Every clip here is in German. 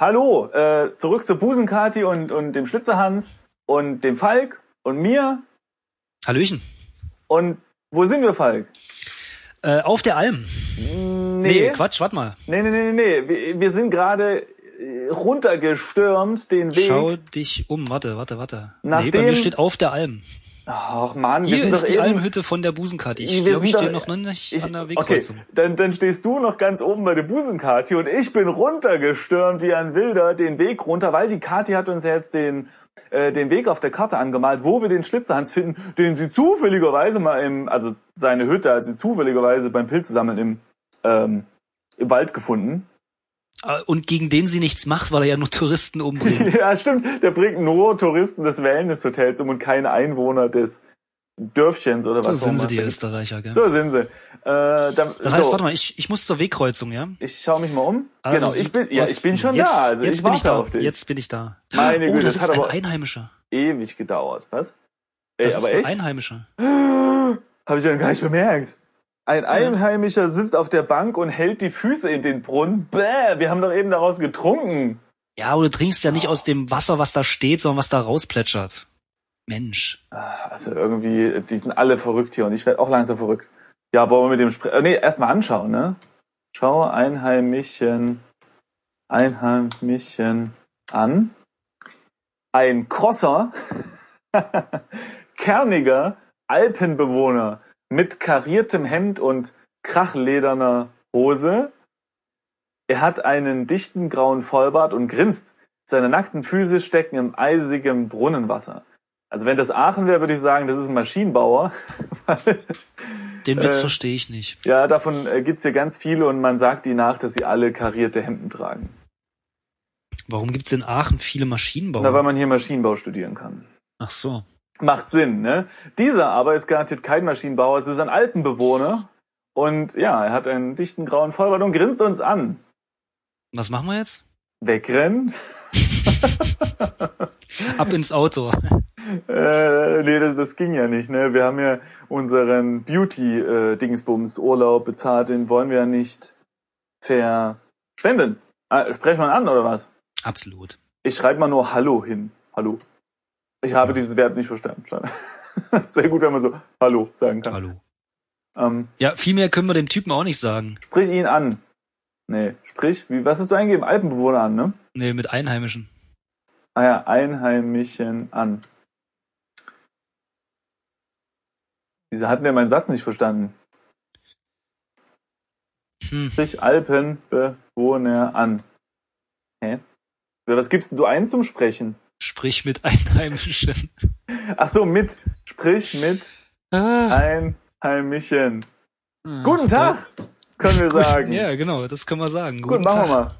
hallo, äh, zurück zu Busenkati und, und dem Schlitzerhans und dem Falk und mir. Hallöchen. Und wo sind wir, Falk? Äh, auf der Alm. Nee, Nee, Quatsch, warte mal. nee, nee, nee, nee. nee. Wir, wir sind gerade äh, runtergestürmt den Weg. Schau dich um, warte, warte, warte. nee, bei Nachdem- mir steht auf der Alm. Ach man, wir Hier sind ist doch die eben... Almhütte von der Busenkarte. Ich Wir glaube, sind ich stehe doch- noch nicht Ich, an der okay, Wegkreuzung. dann, dann stehst du noch ganz oben bei der Busenkati und ich bin runtergestürmt wie ein Wilder den Weg runter, weil die Kati hat uns ja jetzt den, äh, den Weg auf der Karte angemalt, wo wir den Schlitzerhans finden, den sie zufälligerweise mal im, also seine Hütte hat sie zufälligerweise beim Pilzesammeln im, ähm, im Wald gefunden. Ah, Und gegen den sie nichts macht, weil er ja nur Touristen umbringt. ja, stimmt, der bringt nur Touristen des Wellnesshotels um und keine Einwohner des Dörfchens oder so was auch sind immer. sie, die Österreicher, gell? So sind sie. Äh, da, Das heißt, so. warte mal, ich, ich muss zur Wegkreuzung, ja? Ich schaue mich mal um. Also, genau, ich bin, ja, was- ich bin schon jetzt, da. Also jetzt ich bin warte ich da. auf dich. Jetzt bin ich da. Meine oh, Güte, das, das ist hat ein aber- Einheimischer. Ewig gedauert. Was? Ey, Das aber ist ein echt? Einheimischer. Habe ich ja gar nicht bemerkt. Ein Einheimischer sitzt auf der Bank und hält die Füße in den Brunnen. Bäh, wir haben doch eben daraus getrunken. Ja, aber du trinkst ja nicht aus dem Wasser, was da steht, sondern was da rausplätschert. Mensch. Also irgendwie, die sind alle verrückt hier und ich werde auch langsam verrückt. Ja, wollen wir mit dem sprechen? Nee, erstmal anschauen, ne? Schau Einheimischen, Einheimischen an. Ein krosser, kerniger Alpenbewohner mit kariertem Hemd und krachlederner Hose. Er hat einen dichten grauen Vollbart und grinst. Seine nackten Füße stecken im eisigen Brunnenwasser. Also wenn das Aachen wäre, würde ich sagen, das ist ein Maschinenbauer. Den Witz Äh, verstehe ich nicht. ja, davon äh, gibt's hier ganz viele und man sagt ihnen nach, dass sie alle karierte Hemden tragen. Warum gibt's in Aachen viele Maschinenbauer? Na, weil man hier Maschinenbau studieren kann. Ach so. Macht Sinn, ne? Dieser aber ist garantiert kein Maschinenbauer, es ist ein Alpenbewohner. Und ja, er hat einen dichten grauen Vollbart und grinst uns an. Was machen wir jetzt? Wegrennen? Ab ins Auto. Äh, nee, das, das ging ja nicht, ne? Wir haben ja unseren Beauty-Dingsbums-Urlaub bezahlt, den wollen wir ja nicht verschwenden. Ah, sprechen wir ihn an, oder was? Absolut. Ich schreibe mal nur Hallo hin. Hallo. Ich habe dieses Verb nicht verstanden. Schade. Es wäre gut, wenn man so Hallo sagen kann. Hallo. Ähm, Ja, viel mehr können wir dem Typen auch nicht sagen. sprich ihn an. Nee, sprich, wie, was hast du eingegeben? Alpenbewohner an, ne? Nee, mit Einheimischen. Ah ja, Einheimischen an. Wieso hat denn der meinen Satz nicht verstanden? Hm. Sprich Alpenbewohner an. Hä? Was gibst denn du ein zum Sprechen? Sprich mit Einheimischen. Ach so, mit. Sprich mit Ah, Einheimischen. ah, Guten da- Tag, können wir Guten- sagen. Ja, genau, das können wir sagen. Gut, machen wir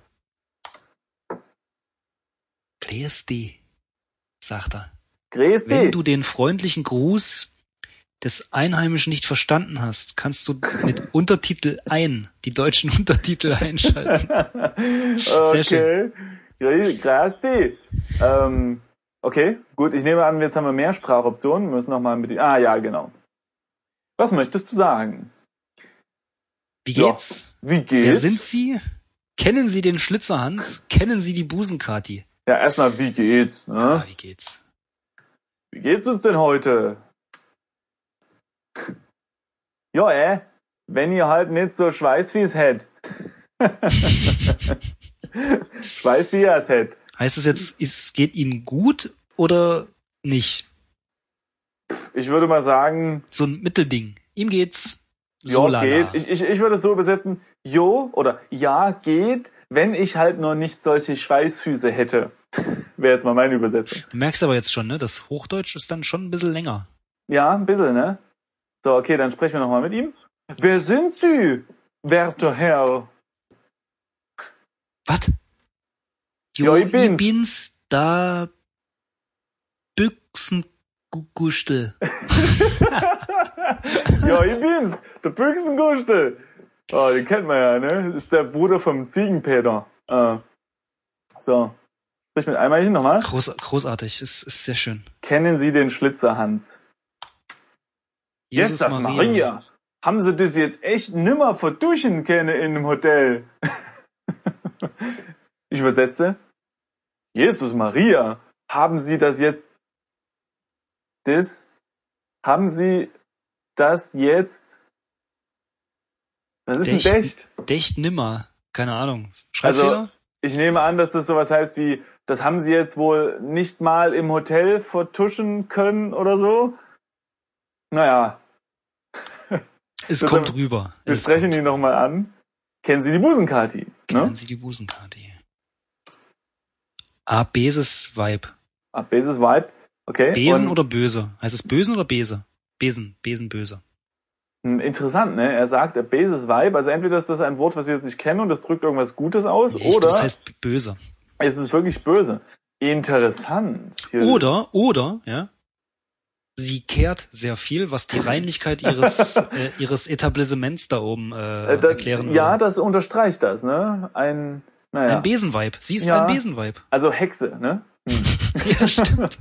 mal. Grüß dich, sagt er. Grüß Wenn dich. du den freundlichen Gruß des Einheimischen nicht verstanden hast, kannst du mit Untertitel ein, die deutschen Untertitel einschalten. Sehr okay. Grü- Grüß dich. Ähm, okay, gut, ich nehme an, jetzt haben wir mehr Sprachoptionen. Wir müssen nochmal mit. Ah, ja, genau. Was möchtest du sagen? Wie Ja. geht's? Wie Wer geht's? sind Sie? Kennen Sie den Schlitzerhans? Kennen Sie die Busenkati? Ja, erstmal, wie geht's? Ne? Ah, wie geht's? Wie geht's uns denn heute? Ja, äh, wenn ihr halt nicht so Schweißfies hätt. Schweißbiers hätt. Heißt es jetzt, es geht ihm gut oder nicht? Ich würde mal sagen, So ein Mittelding. Ihm geht's so Jo, lala. geht. Ich, ich, ich würde es so übersetzen, jo oder ja geht, wenn ich halt nur nicht solche Schweißfüße hätte. Wäre jetzt mal meine Übersetzung. Du merkst aber jetzt schon, ne? Das Hochdeutsch ist dann schon ein bisschen länger. Ja, ein bisschen, ne? So, okay, dann sprechen wir nochmal mit ihm. Wer sind Sie, werter Herr? Was? Jo, ich bin's. bin's da Büchsengustel. ja, ich bin's, der Büchsengustel. Oh, den kennt man ja, ne? Ist der Bruder vom Ziegenpeter. Äh, so, sprich mit Eimerchen nochmal. Groß, großartig, ist, ist sehr schön. Kennen Sie den Schlitzerhans? Jesus das Maria. Haben sie das jetzt echt nimmer verduschen können in einem Hotel? ich übersetze. Jesus Maria, haben Sie das jetzt, das, haben Sie das jetzt, was ist Dächt, ein Dächt? Dächt nimmer. Keine Ahnung. Also- Schreibfehler? Ich nehme an, dass das sowas heißt wie, das haben Sie jetzt wohl nicht mal im Hotel vertuschen können oder so. Naja, es das- kommt rüber. wir Es sprechen die nochmal an. Kennen Sie die Busenkati? kennen Ne? Sie die Busenkarte. Ah, Beses Weib. Ah, Beses Vibe. Okay. Besen Und, oder Böse? Heißt es Bösen oder Bese? Besen, Besen, Böse. hm, interessant, ne? Er sagt äh, Beses Vibe. Also entweder ist das ein Wort, was wir jetzt nicht kennen und das drückt irgendwas Gutes aus, Nee, ich glaub, oder Das heißt Böse. es ist wirklich böse. Interessant. Hier- Oder, oder, ja. Sie kehrt sehr viel, was die Reinlichkeit ihres, äh, ihres Etablissements da oben äh, äh, da, erklären würde. ja, das unterstreicht das, ne? Ein, naja. Ein Besenweib. Sie ist Ja. ein Besenweib. also Hexe, ne? Ja, stimmt.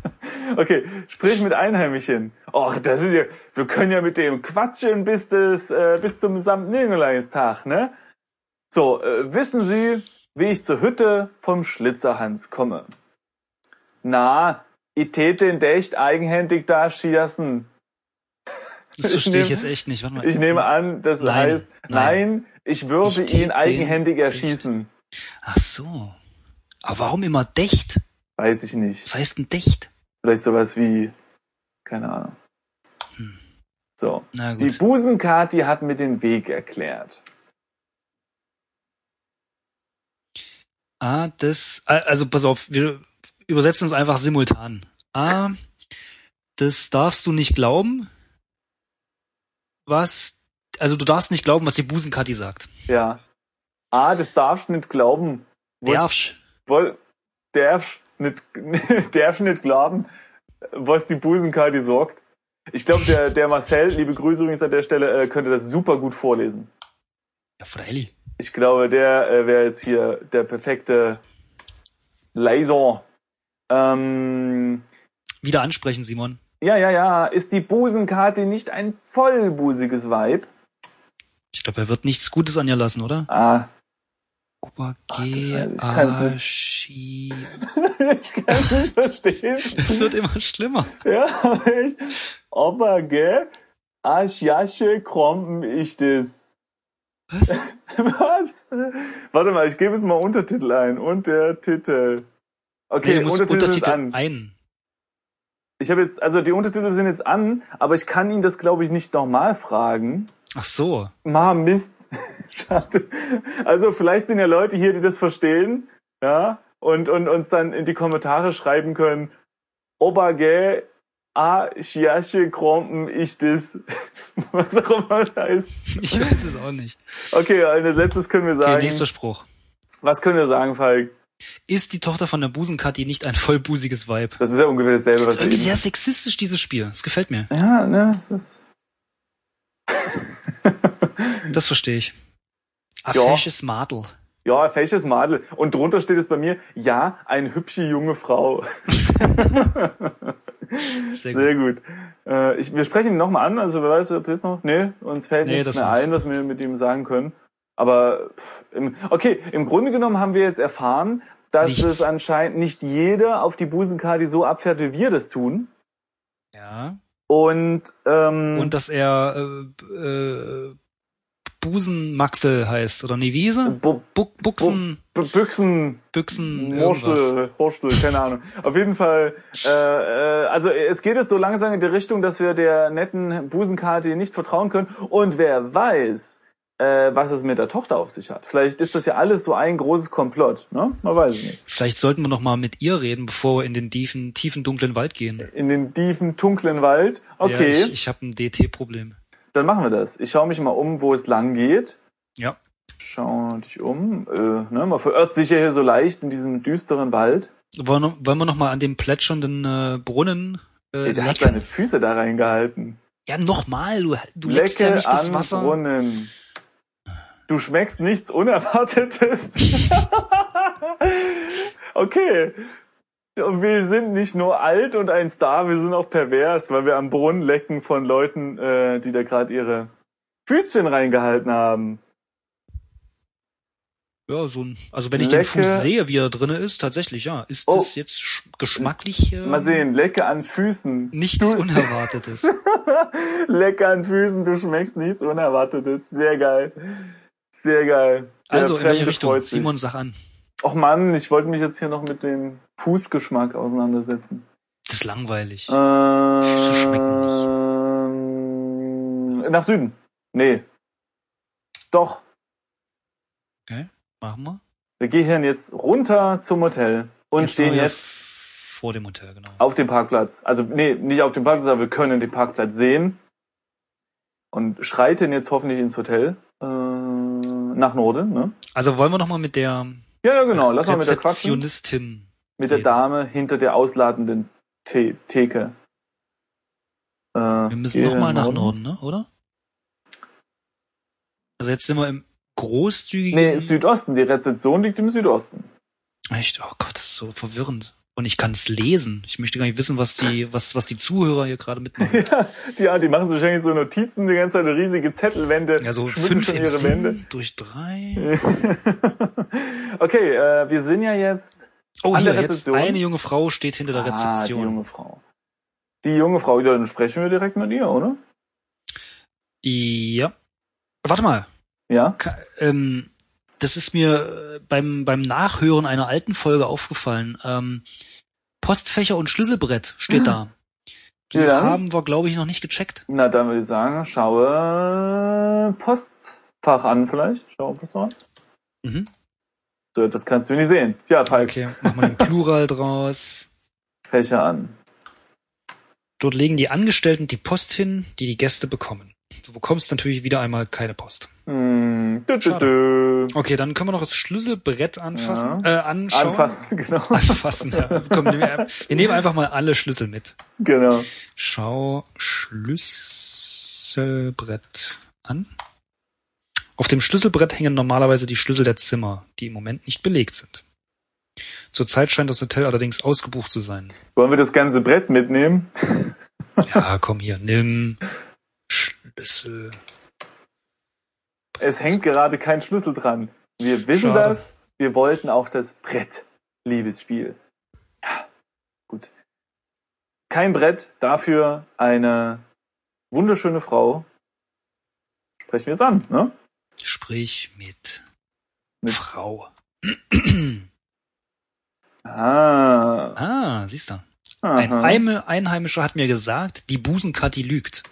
Okay, sprich mit Einheimischen. Och, das ist ja, wir können ja mit dem quatschen bis des, äh, bis zum Samt Nikolaistag, ne? So, äh, wissen Sie, wie ich zur Hütte vom Schlitzerhans komme? Na, ich tät den Dächt eigenhändig da schießen. Das Ich verstehe ich nehm- jetzt echt nicht. Warte mal. Ich nehme an, das Nein, heißt, nein, nein. ich würde Ich tät ihn den eigenhändig Dächt. erschießen. Ach so. Aber warum immer Dächt? Weiß ich nicht. Was heißt denn Dächt? Vielleicht sowas wie, keine Ahnung. Hm. So. Na Die gut. Busenkati hat mir den Weg erklärt. ah, das. ah, Also pass auf, wir übersetzen es einfach simultan. Ah, das darfst du nicht glauben, was. Also du darfst nicht glauben, was die Busenkati sagt. Ja. Ah, das darfst nicht glauben. Was- Derfsch. Woll, darfst nicht, darfst nicht glauben, was die Busenkati sorgt. Ich glaube, der, der Marcel, liebe Grüße übrigens an der Stelle, äh, könnte das super gut vorlesen. Ja, freilich. Ich glaube, der äh, wäre jetzt hier der perfekte Laser. Ähm, Wieder ansprechen, Simon. ja, ja, ja. Ist die Busenkati nicht ein vollbusiges Weib? Ich glaube, er wird nichts Gutes an ihr lassen, oder? Ah, weiß ich, kein Fall. Obergeaschi. ich kann es nicht verstehen. Es wird immer schlimmer. Ja, echt. Aber, gell? Arsch, Jasche, Krompen, ich das. Was? Warte mal, ich gebe jetzt mal Untertitel ein. Und der Titel. Nee, Okay, du musst Untertitel, ist Untertitel an. ein. Ich habe jetzt, also die Untertitel sind jetzt an, aber ich kann ihn das, glaube ich, nicht nochmal fragen. Ach so. Ma, Mist. Schade. Also vielleicht sind ja Leute hier, die das verstehen, ja, und, und uns dann in die Kommentare schreiben können, Obage, a, Schiasche, Krompen, ich dis, was auch immer das heißt. Ich weiß es auch nicht. Okay, als letztes können wir Okay, sagen, nächster Spruch. was können wir sagen, Falk? Ist die Tochter von der Busenkati nicht ein vollbusiges Weib? Das ist ja ungefähr dasselbe, was Das ist Äh, irgendwie wir sehr sexistisch, dieses Spiel. Das gefällt mir. Ja, ne, das ist, Das verstehe ich. A Äh. Ja. fesches Madel. ja, fesches Madel. Und drunter steht es bei mir, ja, eine hübsche junge Frau. Sehr gut. Sehr gut. Äh, ich, wir sprechen ihn nochmal an, also wer weiß, ob jetzt noch. Nee, uns fällt Nee, nichts das mehr war's. ein, was wir mit ihm sagen können. Aber pff, im, okay, im Grunde genommen haben wir jetzt erfahren, dass Nichts. es anscheinend nicht jeder auf die Busenkadi so abfährt, wie wir das tun. Ja. Und, ähm, Und dass er äh, äh, Busenmaxel heißt. Oder nee, wie hieß er? Bu- Bu Buchsen, Bu- Büchsen, Büchsen, Hm, irgendwas. Horstel, Horstel, keine Ahnung. Auf jeden Fall, äh, äh, also es geht jetzt so langsam in die Richtung, dass wir der netten Busenkarte nicht vertrauen können. Und wer weiß, äh, was es mit der Tochter auf sich hat. Vielleicht ist das ja alles so ein großes Komplott, ne? Man weiß es nicht. Vielleicht sollten wir noch mal mit ihr reden, bevor wir in den tiefen, tiefen dunklen Wald gehen. In den tiefen, dunklen Wald. Okay, Ja, ich ich habe ein DT-Problem. dann machen wir das. Ich schaue mich mal um, wo es lang geht. Ja. Schau dich um. Äh, ne? Man verirrt sich ja hier so leicht in diesem düsteren Wald. Wollen, wir noch- wollen wir noch mal an dem plätschernden äh, Brunnen äh, Ey, der hat lecken? seine Füße da reingehalten. Ja, nochmal, du, du leckst ja Lecke nicht das an Wasser. Brunnen. Du schmeckst nichts Unerwartetes. okay. Und wir sind nicht nur alt und ein Star, wir sind auch pervers, weil wir am Brunnen lecken von Leuten, äh, die da gerade ihre Füßchen reingehalten haben. Ja, so ein, also wenn ich den Lecke. Fuß sehe, wie er drinne ist, tatsächlich, ja. Ist Oh. das jetzt sch- geschmacklich äh, Mal sehen, lecke an Füßen. nichts Du- Unerwartetes? Lecker an Füßen, du schmeckst nichts Unerwartetes. Sehr geil. Sehr geil. Der Also, in Fremde welche Richtung? freut sich. Simon, sag an. Och Mann, ich wollte mich jetzt hier noch mit dem Fußgeschmack auseinandersetzen. Das ist langweilig. Ah. schmecken Ähm, nach Süden. Nee. Doch. Machen wir. Wir gehen jetzt runter zum Hotel und Jetzt stehen sind wir jetzt Vor dem Hotel, genau. auf dem Parkplatz. Also, nee, nicht auf dem Parkplatz, aber wir können den Parkplatz sehen. Und schreiten jetzt hoffentlich ins Hotel. Äh, nach Norden, ne? Also wollen wir nochmal mit der Ja, ja, genau. Lass mal mit der quatschen. Rezeptionistin. Mit der reden. Dame hinter der ausladenden The Theke. Äh, Wir müssen nochmal nach Norden, ne? oder? Also jetzt sind wir im großzügigen... Nee, Südosten. Die Rezeption liegt im Südosten. Echt? Oh Gott, das ist so verwirrend. Und ich kann es lesen. Ich möchte gar nicht wissen, was die, was, was die Zuhörer hier gerade mitmachen. Ja, die machen so wahrscheinlich so Notizen die ganze Zeit, so riesige Zettelwände, Ja, so schmücken fünf schon im ihre Wände. Sinn durch drei. okay, äh, wir sind ja jetzt Oh, An hier, der jetzt Rezeption? eine junge Frau steht hinter der Ah, die Rezeption. junge Frau. Die junge Frau, ja, dann sprechen wir direkt mit ihr, oder? ja. Warte mal. Ja. Ka- Ähm, das ist mir äh, beim, beim Nachhören einer alten Folge aufgefallen. Ähm, Postfächer und Schlüsselbrett steht da. Die Ja. haben wir, glaube ich, noch nicht gecheckt. Na, dann würde ich sagen, schaue äh, Postfach an vielleicht. Schau Postfach an. Mhm. So, das kannst du nicht sehen. Ja, Falk, Okay, machen wir den Plural draus. Fächer an. Dort legen die Angestellten die Post hin, die die Gäste bekommen. Du bekommst natürlich wieder einmal keine Post. Hm, dü, dü, dü. Okay, dann können wir noch das Schlüsselbrett anfassen, äh, anschauen. Anfassen, genau. Anfassen, ja. Komm, nehmen wir, wir nehmen einfach mal alle Schlüssel mit. genau. Schau Schlüsselbrett an. Auf dem Schlüsselbrett hängen normalerweise die Schlüssel der Zimmer, die im Moment nicht belegt sind. Zurzeit scheint das Hotel allerdings ausgebucht zu sein. Wollen wir das ganze Brett mitnehmen? Ja, komm hier, nimm Schlüssel. Es hängt gerade kein Schlüssel dran. Wir wissen Schade. das. Wir wollten auch das Brett. Liebes Spiel. Ja, gut. Kein Brett, dafür eine wunderschöne Frau. Sprechen wir es an, ne? Sprich mit, Mit- Frau. Ah. ah, siehst du. Ein aha. Eime- Einheimischer hat mir gesagt, die Busenkati lügt.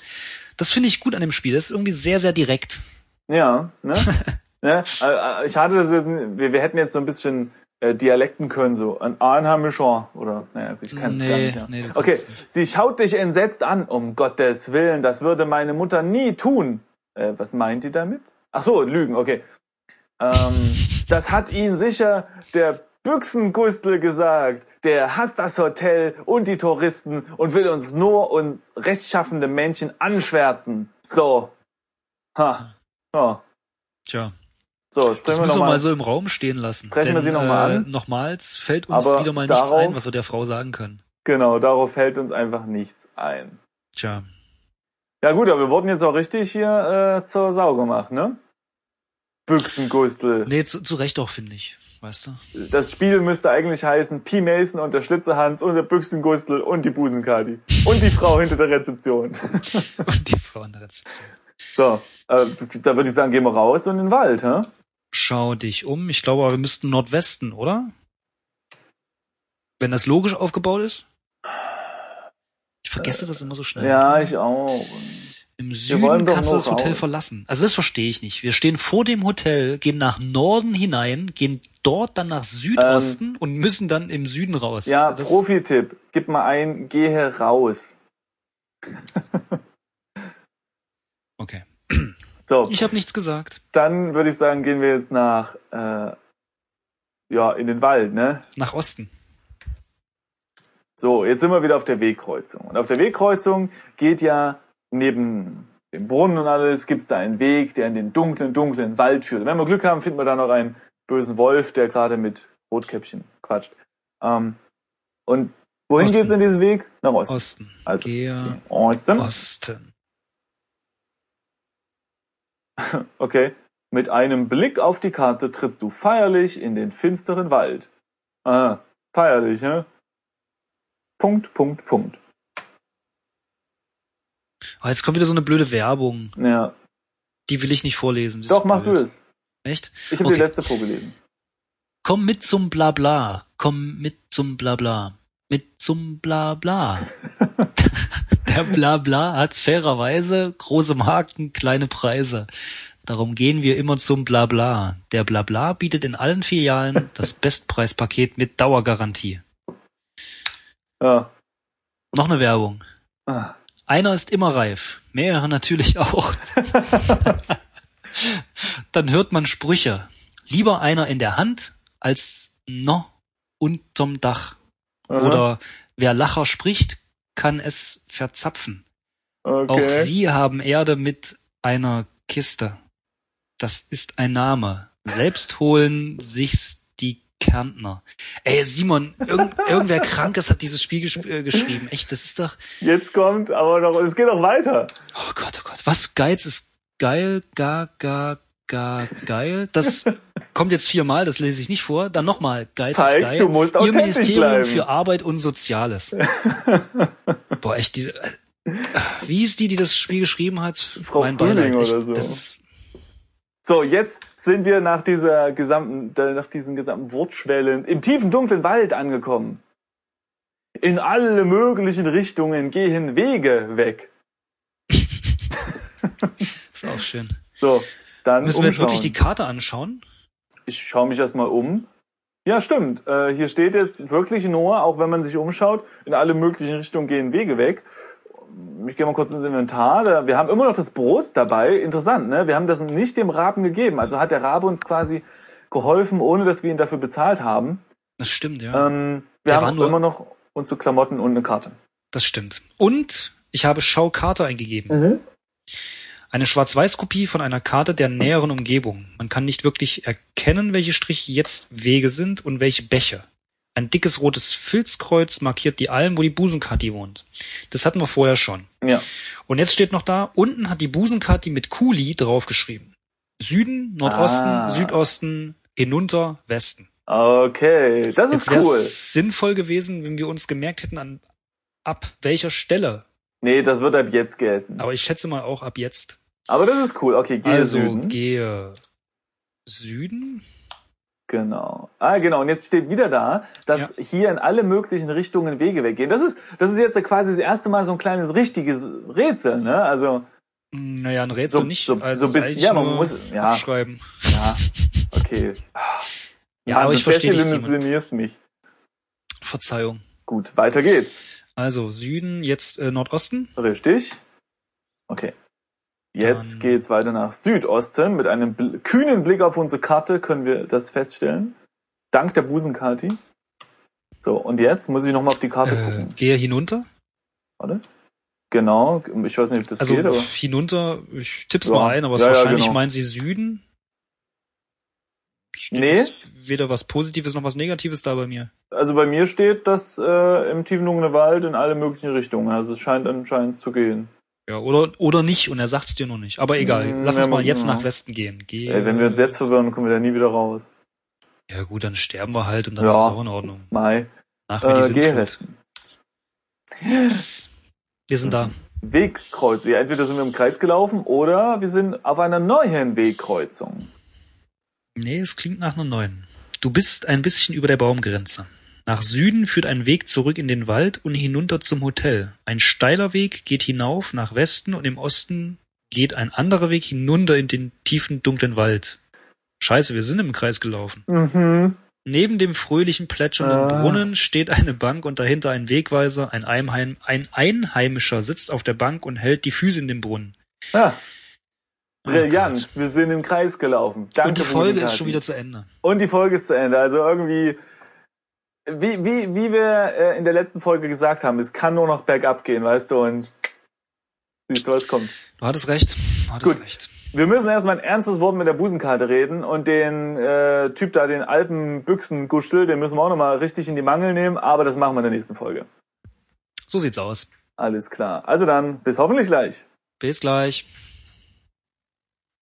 Das finde ich gut an dem Spiel. Das ist irgendwie sehr, sehr direkt. Ja, ne? ne? Äh, äh, Ich hatte das jetzt, wir, wir hätten jetzt so ein bisschen äh, Dialekten können, so ein Einheimischer oder naja, ich kann es gar Nee, nicht. Ja. nee, du kannst okay, es sie schaut dich entsetzt an, um Gottes Willen, das würde meine Mutter nie tun. Äh, was meint die damit? Ach so, Lügen, okay. Ähm, das hat ihnen sicher der Büchsengustel gesagt. Der hasst das Hotel und die Touristen und will uns nur uns rechtschaffende Menschen anschwärzen. So. Ha. Ja. Tja, So, das springen wir müssen wir mal nochmal. so im Raum stehen lassen. Sprechen wir Denn, sie noch mal äh, an. Nochmals fällt uns Aber wieder mal nichts darauf- ein, was wir der Frau sagen können. Genau, darauf fällt uns einfach nichts ein. Tja, Ja gut, aber wir wurden jetzt auch richtig hier äh, zur Sau gemacht, ne? Büchsengustel. nee, zu, zu Recht auch, finde ich. Weißt du? Das Spiel müsste eigentlich heißen P. Mason und der Schlitzehans und der Büchsengustel und die Busenkadi. Und die Frau hinter der Rezeption. Und die Frau in der Rezeption. So, äh, da würde ich sagen, gehen wir raus und in den Wald, hä? Schau dich um. Ich glaube, wir müssten Nordwesten, oder? Wenn das logisch aufgebaut ist. Ich vergesse das immer so schnell. Ja, ich auch. Im wollen Süden doch kannst du nur das Hotel raus. verlassen. Also das verstehe ich nicht. Wir stehen vor dem Hotel, gehen nach Norden hinein, gehen dort dann nach Südosten und müssen dann im Süden raus. Ähm, Ja, das, Profi-Tipp. Gib mal ein, gehe raus. Okay. So, Ich habe nichts gesagt. dann würde ich sagen, gehen wir jetzt nach, äh, ja, in den Wald, ne? Nach Osten. So, jetzt sind wir wieder auf der Wegkreuzung. Und auf der Wegkreuzung geht ja neben dem Brunnen und alles, gibt's da einen Weg, der in den dunklen, dunklen Wald führt. Wenn wir Glück haben, finden wir da noch einen bösen Wolf, der gerade mit Rotkäppchen quatscht. Ähm, und wohin Osten. geht's in diesem Weg? Nach Osten. Osten. Also, Gehe Osten. Osten. Okay. Mit einem Blick auf die Karte trittst du feierlich in den finsteren Wald. Ah, feierlich, ne? Punkt, Punkt, Punkt. Oh, jetzt kommt wieder so eine blöde Werbung. Ja. Die will ich nicht vorlesen. Das Doch, ist mach du blöd. es. Echt? Ich habe Okay. die letzte vorgelesen. Komm mit zum Blabla. Komm mit zum Blabla. Mit zum Blabla. Der Blabla hat fairerweise große Marken, kleine Preise. Darum gehen wir immer zum Blabla. Der Blabla bietet in allen Filialen das Bestpreispaket mit Dauergarantie. Ja. Noch eine Werbung. Ah. Einer ist immer reif, mehrere natürlich auch. Dann hört man Sprüche. Lieber einer in der Hand als noch unterm Dach. Aha. Oder wer Lacher spricht, kann es verzapfen. okay. Auch sie haben Erde mit einer Kiste. Das ist ein Name. Selbst holen sich's die Kärntner. Ey, Simon, irgend, irgendwer Krankes hat dieses Spiel gesp- äh, geschrieben. Echt, das ist doch, Jetzt kommt aber noch, es geht noch weiter. Oh Gott, oh Gott. Was Geiz ist geil, ga, ga, ga, geil. Das kommt jetzt viermal, das lese ich nicht vor. Dann nochmal, Geiz Falk, ist geil. du musst Ihr authentisch Ministerium bleiben. für Arbeit und Soziales. Boah, echt diese. äh, Wie ist die, die das Spiel geschrieben hat? Frau Frühling Beileid, echt. oder so. Das ist, So, jetzt sind wir nach dieser gesamten, da- nach diesen gesamten Wortschwellen im tiefen dunklen Wald angekommen. In alle möglichen Richtungen gehen Wege weg. ist auch schön. So, dann Müssen wir jetzt umschauen. wirklich die Karte anschauen? ich schaue mich erstmal um. Ja, stimmt. Äh, hier steht jetzt wirklich nur, auch wenn man sich umschaut, in alle möglichen Richtungen gehen Wege weg. Ich gehe mal kurz ins Inventar. Da- Wir haben immer noch das Brot dabei. Interessant, ne? Wir haben das nicht dem Raben gegeben. Also hat der Rabe uns quasi geholfen, ohne dass wir ihn dafür bezahlt haben. Das stimmt, ja. Ähm, wir Der war haben nur- immer noch unsere Klamotten und eine Karte. Das stimmt. Und ich habe Schaukarte eingegeben. Eine Schwarz-Weiß-Kopie von einer Karte der näheren Umgebung. Man kann nicht wirklich erkennen, welche Striche jetzt Wege sind und welche Bäche. Ein dickes rotes Filzkreuz markiert die Alm, wo die Busenkati wohnt. Das hatten wir vorher schon. Ja. Und jetzt steht noch da, unten hat die Busenkati mit Kuli draufgeschrieben. Süden, Nordosten, Ah. Südosten, hinunter, Westen. Okay, das Es ist wäre cool. sinnvoll gewesen, wenn wir uns gemerkt hätten, an, ab welcher Stelle. Nee, das wird ab jetzt gelten. Aber ich schätze mal auch ab jetzt. Aber das ist cool. Okay, gehe also Süden. gehe Süden. Genau. Ah, genau. Und jetzt steht wieder da, dass hier in alle möglichen Richtungen Wege weggehen. Das ist, das ist jetzt quasi das erste Mal so ein kleines richtiges Rätsel, ne? Also, Hm, Naja, ein Rätsel So- nicht. so- so also es ist bisschen- eigentlich ja, man nur muss- ja. Abschreiben. ja. Okay. Ja, Mann, aber ich du verstehe dich, Simon. desillusionierst mich. Verzeihung. Gut, weiter geht's. Also Süden, jetzt äh, Nordosten. Richtig. Okay. Jetzt Dann- geht's weiter nach Südosten. Mit einem bl- kühnen Blick auf unsere Karte können wir das feststellen. Dank der Busenkati. So, und jetzt muss ich nochmal auf die Karte Äh, gucken. gehe hinunter. Warte. Genau. Ich weiß nicht, ob das Also geht, aber. hinunter, ich tipp's Ja. mal ein, aber es Ja, ja, wahrscheinlich genau. meinen sie Süden. Steht Nee. jetzt Weder was Positives noch was Negatives da bei mir. Also bei mir steht das äh, im tiefen dunklen Wald in alle möglichen Richtungen. Also es scheint anscheinend zu gehen. Ja, oder, oder nicht, und er sagt's dir noch nicht. Aber egal, Hm, lass uns ja, mal jetzt genau. nach Westen gehen. Geh, Ey, wenn wir uns jetzt verwirren, kommen wir da nie wieder raus. Ja gut, dann sterben wir halt und dann Ja. ist es auch in Ordnung. Mai. Nach mir Äh, die Sinnflut. Gehwesten. Wir sind da. Wegkreuzung. Ja, entweder sind wir im Kreis gelaufen oder wir sind auf einer neuen Wegkreuzung. Nee, es klingt nach einer neuen. Du bist ein bisschen über der Baumgrenze. Nach Süden führt ein Weg zurück in den Wald und hinunter zum Hotel. Ein steiler Weg geht hinauf nach Westen und im Osten geht ein anderer Weg hinunter in den tiefen, dunklen Wald. Scheiße, wir sind im Kreis gelaufen. Mhm. Neben dem fröhlichen plätschernden Ah. Brunnen steht eine Bank und dahinter ein Wegweiser. Ein, Einheim ein Einheimischer sitzt auf der Bank und hält die Füße in den Brunnen. Ja, Oh brillant. wir sind im Kreis gelaufen. Danke, und die Folge ist Busenkati. schon wieder zu Ende. Und die Folge ist zu Ende. Also irgendwie, wie, wie, wie wir äh, in der letzten Folge gesagt haben, es kann nur noch bergab gehen, weißt du, und siehst du, was kommt. Du hattest recht. Du hattest Gut. recht. Wir müssen erstmal ein ernstes Wort mit der Busenkarte reden und den äh, Typ da, den Alpenbüchsengustel, den müssen wir auch nochmal richtig in die Mangel nehmen, aber das machen wir in der nächsten Folge. So sieht's aus. Alles klar. Also dann, bis hoffentlich gleich. Bis gleich.